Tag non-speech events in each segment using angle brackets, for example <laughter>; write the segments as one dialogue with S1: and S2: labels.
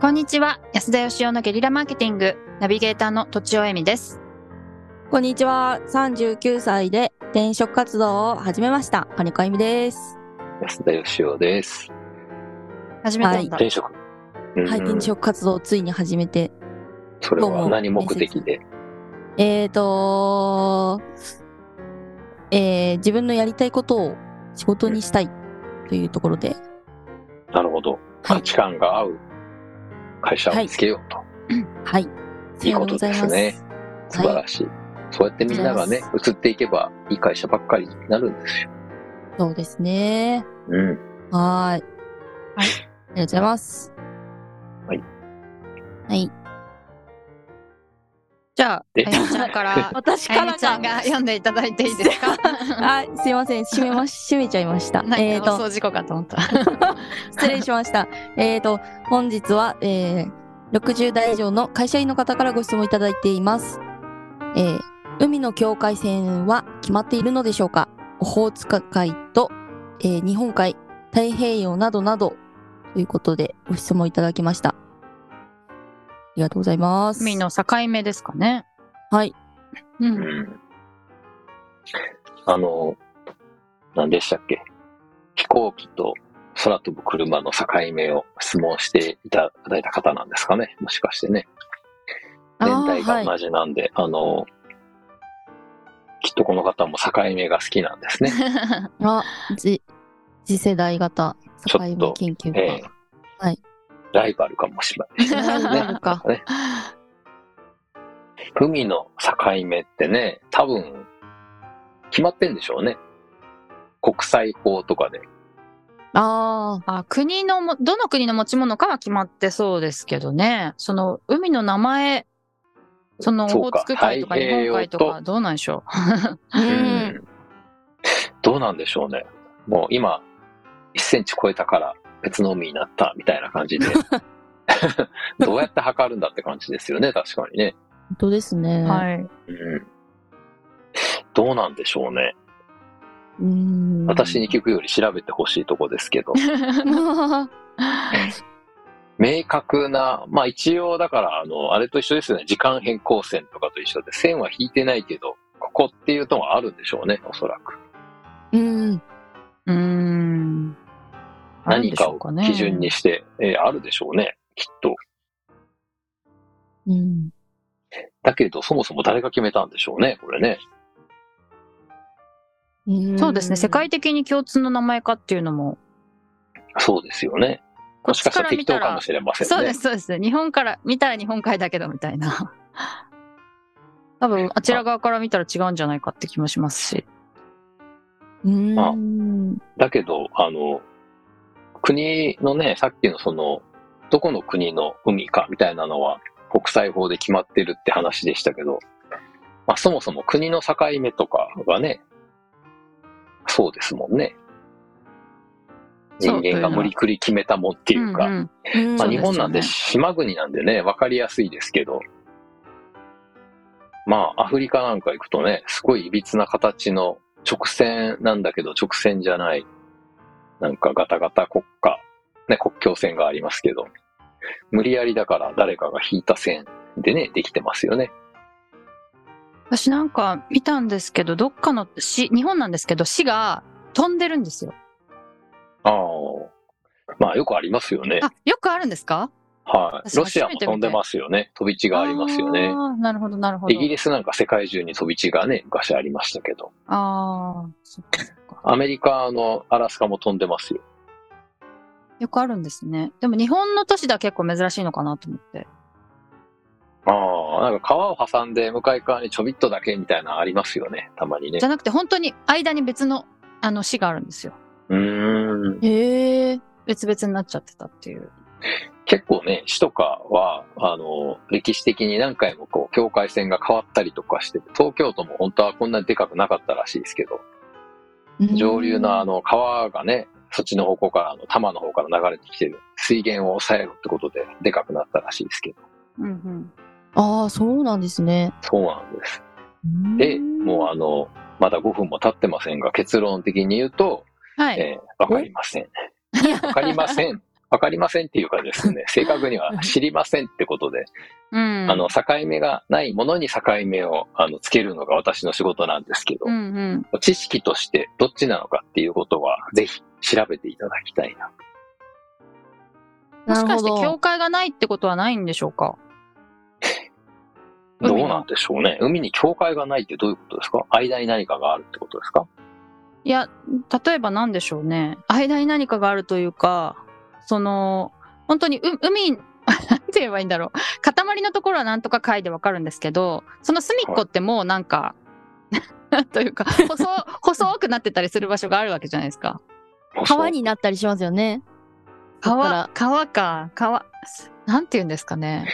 S1: こんにちは。安田義雄のゲリラマーケティング、ナビゲーターの土地尾恵美です。
S2: こんにちは。39歳で転職活動を始めました。金子由美です。
S3: 安田義雄です。
S1: 初めてんだ。
S3: 転職。うん
S2: はい、転職活動をついに始めて。
S3: それ
S2: どう
S3: は
S2: も
S3: 何目的で
S2: えーとえー自分のやりたいことを仕事にしたいというところで。
S3: なるほど。価値観が合う会社を見つけようと。
S2: はい。
S3: いいことですね
S2: さ
S3: 素
S2: ようでございます。は
S3: 晴
S2: い
S3: らしい。そうやってみんなが
S2: あり
S3: ね
S2: が、
S3: 移っていけばいい会社ばっかりになるんですよ。
S2: そうですね。
S3: うん。
S2: はーい。
S1: はい
S2: ありがとうございます。
S3: はい。
S2: はい。
S1: じゃあ、あ
S3: え
S1: ゆみちゃん
S3: <laughs>
S1: から、
S2: 私
S1: あゆみちゃんが読んでいただいていいですか <laughs>
S2: はい、すいません。閉めま、閉めちゃいました
S1: な。
S2: え
S1: ん
S2: ー
S1: か
S2: と
S1: 放、送事故かと思った。
S3: <laughs>
S2: <laughs> 失礼しました。えーと、本日は、えー、60代以上の会社員の方からご質問いただいています。えー、海の境界線は決まっているのでしょうかオホーツク海と、えー日本海、太平洋などなど、ということでご質問いただきました。ありがとうございます。
S1: 海の境目ですかね。
S2: はい。
S1: う。
S3: うんん。あの、何でしたっけ飛行機と空飛ぶ車の境目を質問していただいた方なんですかねもしかしてね。
S2: あー
S3: 年代が同じなんで、あ,、の、きっとこの方も境目が好きなんですね。
S2: あ、じ、次世代型
S3: ち
S2: 境
S3: ょ
S2: 目
S3: っと
S2: 研究
S3: ええ
S2: 家。はい
S3: ライバルかもしれないですね。
S2: ライバル
S3: <laughs>
S2: か
S3: ね海の境目ってね、多分、決まってんでしょうね。国際法とかで。
S2: あ
S1: <laughs> あ国のも、どの国の持ち物かは決まってそうですけどね。その、海の名前、その、オ
S3: そ
S1: ホ
S3: う
S1: ー
S3: か
S1: ツク海とか日
S3: 太平
S1: 本
S3: 洋
S1: 海とか、どうなんでしょ
S2: あ、う。
S3: うんんどうなんでしょうね。もう今、1センチ超えたから別の海になったみたいな感
S1: <laughs>
S3: じで。どうやって測るんだって感じですよね、確かにね。
S2: 本当ですね。
S1: う。
S3: <laughs>
S1: はい。
S3: うん、どうなんでしょうね。
S2: うーん <laughs>
S3: 私に聞くより調べてほしいとこで
S1: <laughs>
S3: すけど。明確な、まあ一応だから、あの、あれと一緒ですよね。時間変更線とかと一緒で、線は引いてないけど、ここっていうのはあるんでしょうね、おそらく。
S2: うん。
S1: うーん。あるん
S3: 何
S1: でし
S3: か
S1: ょう
S3: を
S1: ね
S3: 基準にして、えーあるでしょうね、きっと。
S2: うん。
S3: だけど、そもそも誰が決めたんでしょうね、これね。
S1: そうですね。世界的に共通の名前かっていうのも、
S3: そうですよね。
S1: こ
S3: も
S1: っ
S3: し
S1: ち
S3: かし
S1: か
S3: た
S1: ら
S3: ら
S1: 見
S3: 適
S1: た
S3: 当からも、しれませんね。
S1: そうです、そうです。日本から見たら日本海だけどみたいな。 <laughs> 多分、あちら側から見たら違うんじゃないかって気もしますし。
S2: うん。
S3: あだけど、あの、国のね、さっきのその、どこの国の海かみたいなのは国際法で決まってるって話でしたけど、まあ、そもそも国の境目とかがね、そうですもんね。人
S1: そうという
S3: 間
S1: のは
S3: が無理くり決めたもんっていうか、
S1: んん
S2: うん
S3: まあ、
S1: そう
S3: 日
S1: ですよね
S3: 本なんで島国なんでね、わかりやすいですけど、まあ、アフリカなんか行くとね、すごい歪な形の直線なんだけど、直線じゃない、なんかガタガタ国家、ね、国境線がありますけど、無理やりだから誰かが引いた線でね、できてますよね。
S1: 私なんか見たんですけど、どっかの市、日本なんですけど、市が飛んでるんですよ。
S3: ああ。まあ、よくありますよね。
S1: あ、よくあるんですか
S3: はい。
S1: 私初めて見て
S3: ロシアも飛んでますよね。飛び地がありますよね。
S1: あーなるほど、なるほど
S3: イ。ギリスなんか世界中に飛び地がね、昔ありましたけど。
S1: ああ、そっかそっか。
S3: アメリカのアラスカも飛んでますよ。
S1: よくあるんですね。でも日本の都市では結構珍しいのかなと思って。
S3: ああ、なんか川を挟んで向かい側にちょびっとだけみたいなのありますよね、たまにね
S1: じ。ゃなくて、本当に間に別の、あの、市があるんですよ。
S3: うーん。
S2: へえ。
S1: 別々になっちゃってたっていう。
S3: 結構ね、市とかは、あの、歴史的に何回もこう、境界線が変わったりとかしてて、東京都も本当はこんなにでかくなかったらしいですけど、上流のあの川がね、そっちの方向から、あの、多摩の方から流れてきてる水源を抑えろってことで、でかくなったらしいですけど、
S1: うんうん。
S2: ああ、そうなんですね。
S3: そうなんです。で、もうあの、まだ5分も経ってませんが、結論的に言うと、
S1: はい。
S3: えーわかりません。わかりません。わかりませんっていうかですね、正確には知りませんってことで、
S1: うん。
S3: あの、境目がないものに境目をあのつけるのが私の仕事なんですけど
S1: う、んうん。
S3: 知識としてどっちなのかっていうことは、ぜひ調べていただきたいな。
S1: もしかして
S2: なるほ
S1: 境界がないってことはないんでしょうか海
S3: ど
S1: の
S3: うなんでしょうね。海に境界がないってどういうことですか間に何かがあるってことですか
S1: いや、例えば何でしょうね。間に何かがあるというか、その、本当にう海、 <laughs> なんて言えばいいんだろう。塊のところはなんとか貝でわかるんですけど、その隅っこってもうなんか、なん <laughs> というか、細、細くなってたりする場所があるわけじゃないですか。
S2: ど川になったりしますよね。
S1: 川、川か、川、なんて言うんですかね。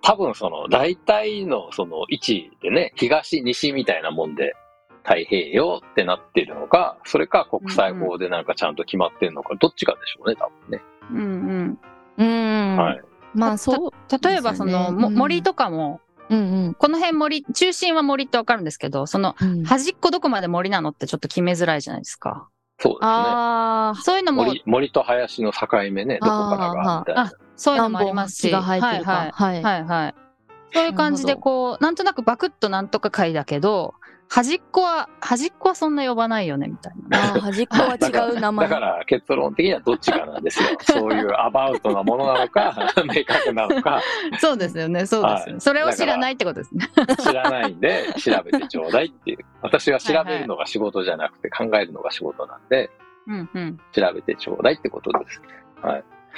S3: 多分その大体のその位置でね、東、西みたいなもんで太平洋ってなってるのか、それか国際法でなんかちゃんと決まってるのか、どっちかでしょうね、多分ね。
S1: うんうん。
S2: うーん。
S3: はい
S2: まあ、そう。
S1: 例えばそ
S2: です
S1: の、
S2: よね
S1: も
S2: うん
S1: 森とかも、
S2: うん
S1: この辺森、中心は森ってわかるんですけど、その
S2: うんうん。
S1: 端っこどこまで森なのってちょっと決めづらいじゃないですか。
S3: そうですね。
S2: ああ、
S1: そういうのも、
S3: 森森と林の境目ね、どこからがみたい
S1: あーあ
S3: な。
S1: そういうの
S2: 何
S1: もあり
S2: 本
S1: ますし。
S2: 木が生えてるか。
S1: はい
S2: はい。
S1: はい。はいはい。そういう感じでこう、なんとなくバクッとなんとか貝だけど、端っこは、端っこはそんな呼ばないよね、みたい
S3: <laughs>
S1: な。
S2: あー端っこは違う名前。
S3: だから結論的にはどっちかな
S1: <laughs>
S3: んですよ。そういうアバウトなものなのか、明確なのか、
S1: <laughs> そうですよね、そうですよね。
S3: はい
S1: それを知らないってことですね。
S3: 知らないんで、調べてちょうだいっていう。私は調べるのが仕事じゃなくて、考えるのが仕事なんで、
S1: うんうん。
S3: 調べてちょうだいってことです。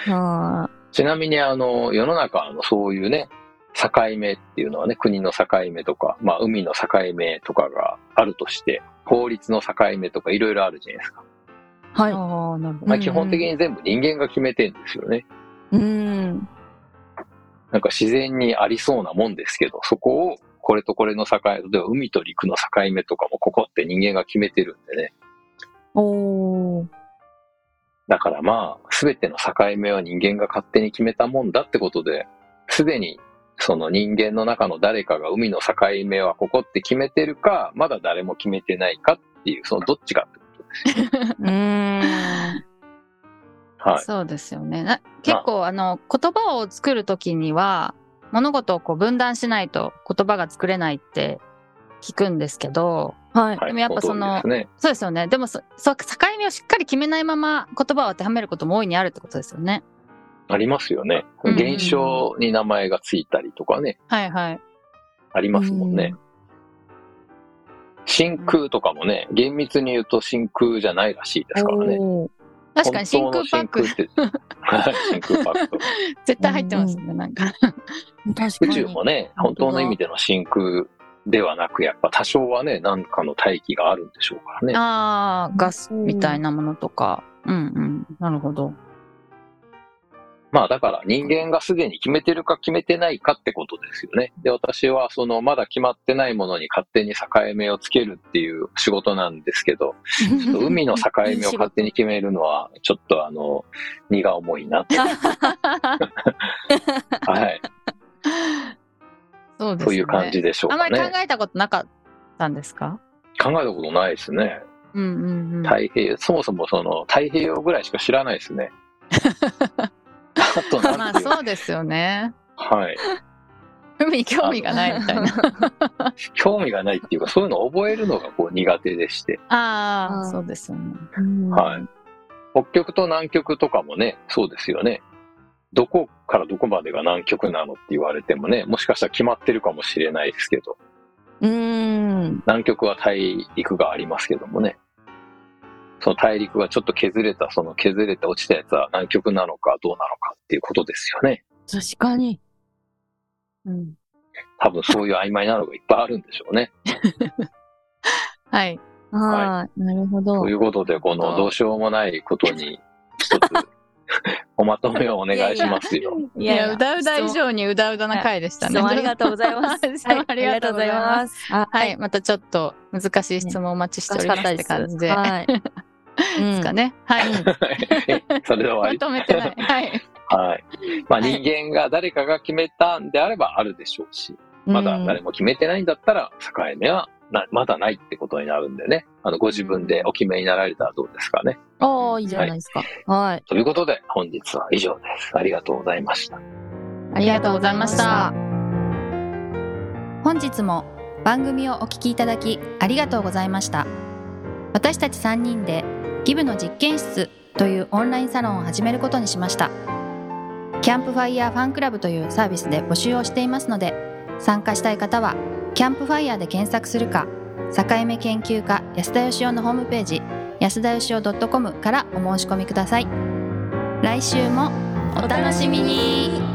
S2: あ
S3: ちなみにあの世の中のそういうね境目っていうのはね国の境目とか、まあ、海の境目とかがあるとして法律の境目とかいろいろあるじゃないですか、
S2: ーはい。
S1: ああ、なるほど。
S3: まあ、基本的に全部人間が決めてんですよね、
S2: うーん。
S3: なんか自然にありそうなもんですけどそこをこれとこれの境目例えば海と陸の境目とかもここって人間が決めてるんでね
S2: おー。
S3: だからまあ、すべての境目は人間が勝手に決めたもんだってことで、すでにその人間の中の誰かが海の境目はここって決めてるか、まだ誰も決めてないかっていう、そのどっちかってことですよ。
S2: うーん。
S3: はい。
S1: そうですよね。な結構あの言葉を作るときには物事をこう分断しないと言葉が作れないって聞くんですけど、
S2: はい。
S3: はい
S1: でもやっぱその
S3: 通りですね、
S1: そうですよね。でもそそう境目をしっかり決めないまま言葉を当てはめることも大いにあるってことですよね。
S3: ありますよね。
S1: うん
S3: 現象に名前がついたりとかね、
S1: はいはい。
S3: ありますもんね。真空とかもね、厳密に言うと真空じゃないらしいですからね。
S2: おー
S1: 確かに真空パック
S3: 本当の真空って。はい真空パックとか。
S1: 絶対入ってますよね。なんか
S2: 確か
S3: 宇
S2: に。
S3: 宙もね、
S2: 本
S3: 本
S2: 当だ
S3: 当の意味での真空ではなく、やっぱ多少はね、何かの大気があるんでしょうからね。
S1: ああ <laughs> ガスみたいなものとか。うんうん。なるほど。
S3: まあだから人間がすでに決めてるか決めてないかってことですよね。で、私はそのまだ決まってないものに勝手に境目をつけるっていう仕事なんですけど、ちょっと海の境目を勝手に決めるのは、ちょっとあの、荷が重いな
S1: <laughs>
S3: って。はい。
S1: そうですね。
S3: という感じでしょう
S1: あま
S3: か
S1: り考
S3: ね。
S1: えたことなかったんですか？
S3: 考えたことないですね。
S1: うんうんうん。
S3: 太平洋、そもそもその太平洋ぐらいしか知らないで
S1: <laughs>
S3: すね。あと
S1: ま
S3: なん
S1: あ
S3: ていう
S1: そうですよね。
S3: はい。
S1: 海に興味がないみたいな。
S4: <laughs>
S3: 興味がないっていうか、そういうのを覚えるのがこう苦手でして。
S1: あ
S2: う
S1: あ、
S2: ん
S1: そうですよね。
S2: うん
S3: はい。北極と南極とかもね、そうですよね。どこからどこまでが南極なのって言われてもね、もしかしたら決まってるかもしれないですけど、
S2: うーん。
S3: 南極は大陸がありますけどもね。その大陸がちょっと削れた、その削れて落ちたやつは南極なのかどうなのかっていうことですよね。
S2: 確かに。
S1: うん、
S3: 多分そういう曖昧なのがいっぱいあるんでしょうね。
S1: はい。
S2: はい。なるほど
S3: とい。うことで、このどうしようもないことに、一つ、 <laughs> おまとめをお願いしますよ。
S1: いや、うだうだ以上にうだうだな回でした
S2: 質問。
S1: ね。
S2: 質問ありがとうございます。
S1: <laughs> 質問ありがとうございます。
S2: す。は
S1: はいい。。またちょっと難しい質問お待ちしておりますって感じで。で
S2: はい。うん
S1: すかね。はい。
S3: <laughs> それで
S1: ま
S3: 終わ
S1: とめて
S4: <laughs>
S1: ない。はい。
S3: り。はい。まあ
S1: は
S3: 人
S1: い
S3: 間が誰かが決めたんであればあるでしょうし、まだ誰も決めてないんだったら、境目はなまだないってことになるんでね、あの、ご自分でお決めになられたらどうですかね。
S2: ああ、いいじゃないですか。はい。
S3: ということで、本日は以上です。ありがとうございました。
S1: ありがとうございました。
S4: 本日も番組をお聞きいただきありがとうございました私たち3人でギブの実験室というオンラインサロンを始めることにしましたキャンプファイヤーファンクラブというサービスで募集をしていますので参加したい方はキャンプファイヤーで検索するか境目研究家安田義雄のホームページ安田義雄 .com からお申し込みください来週もお楽しみに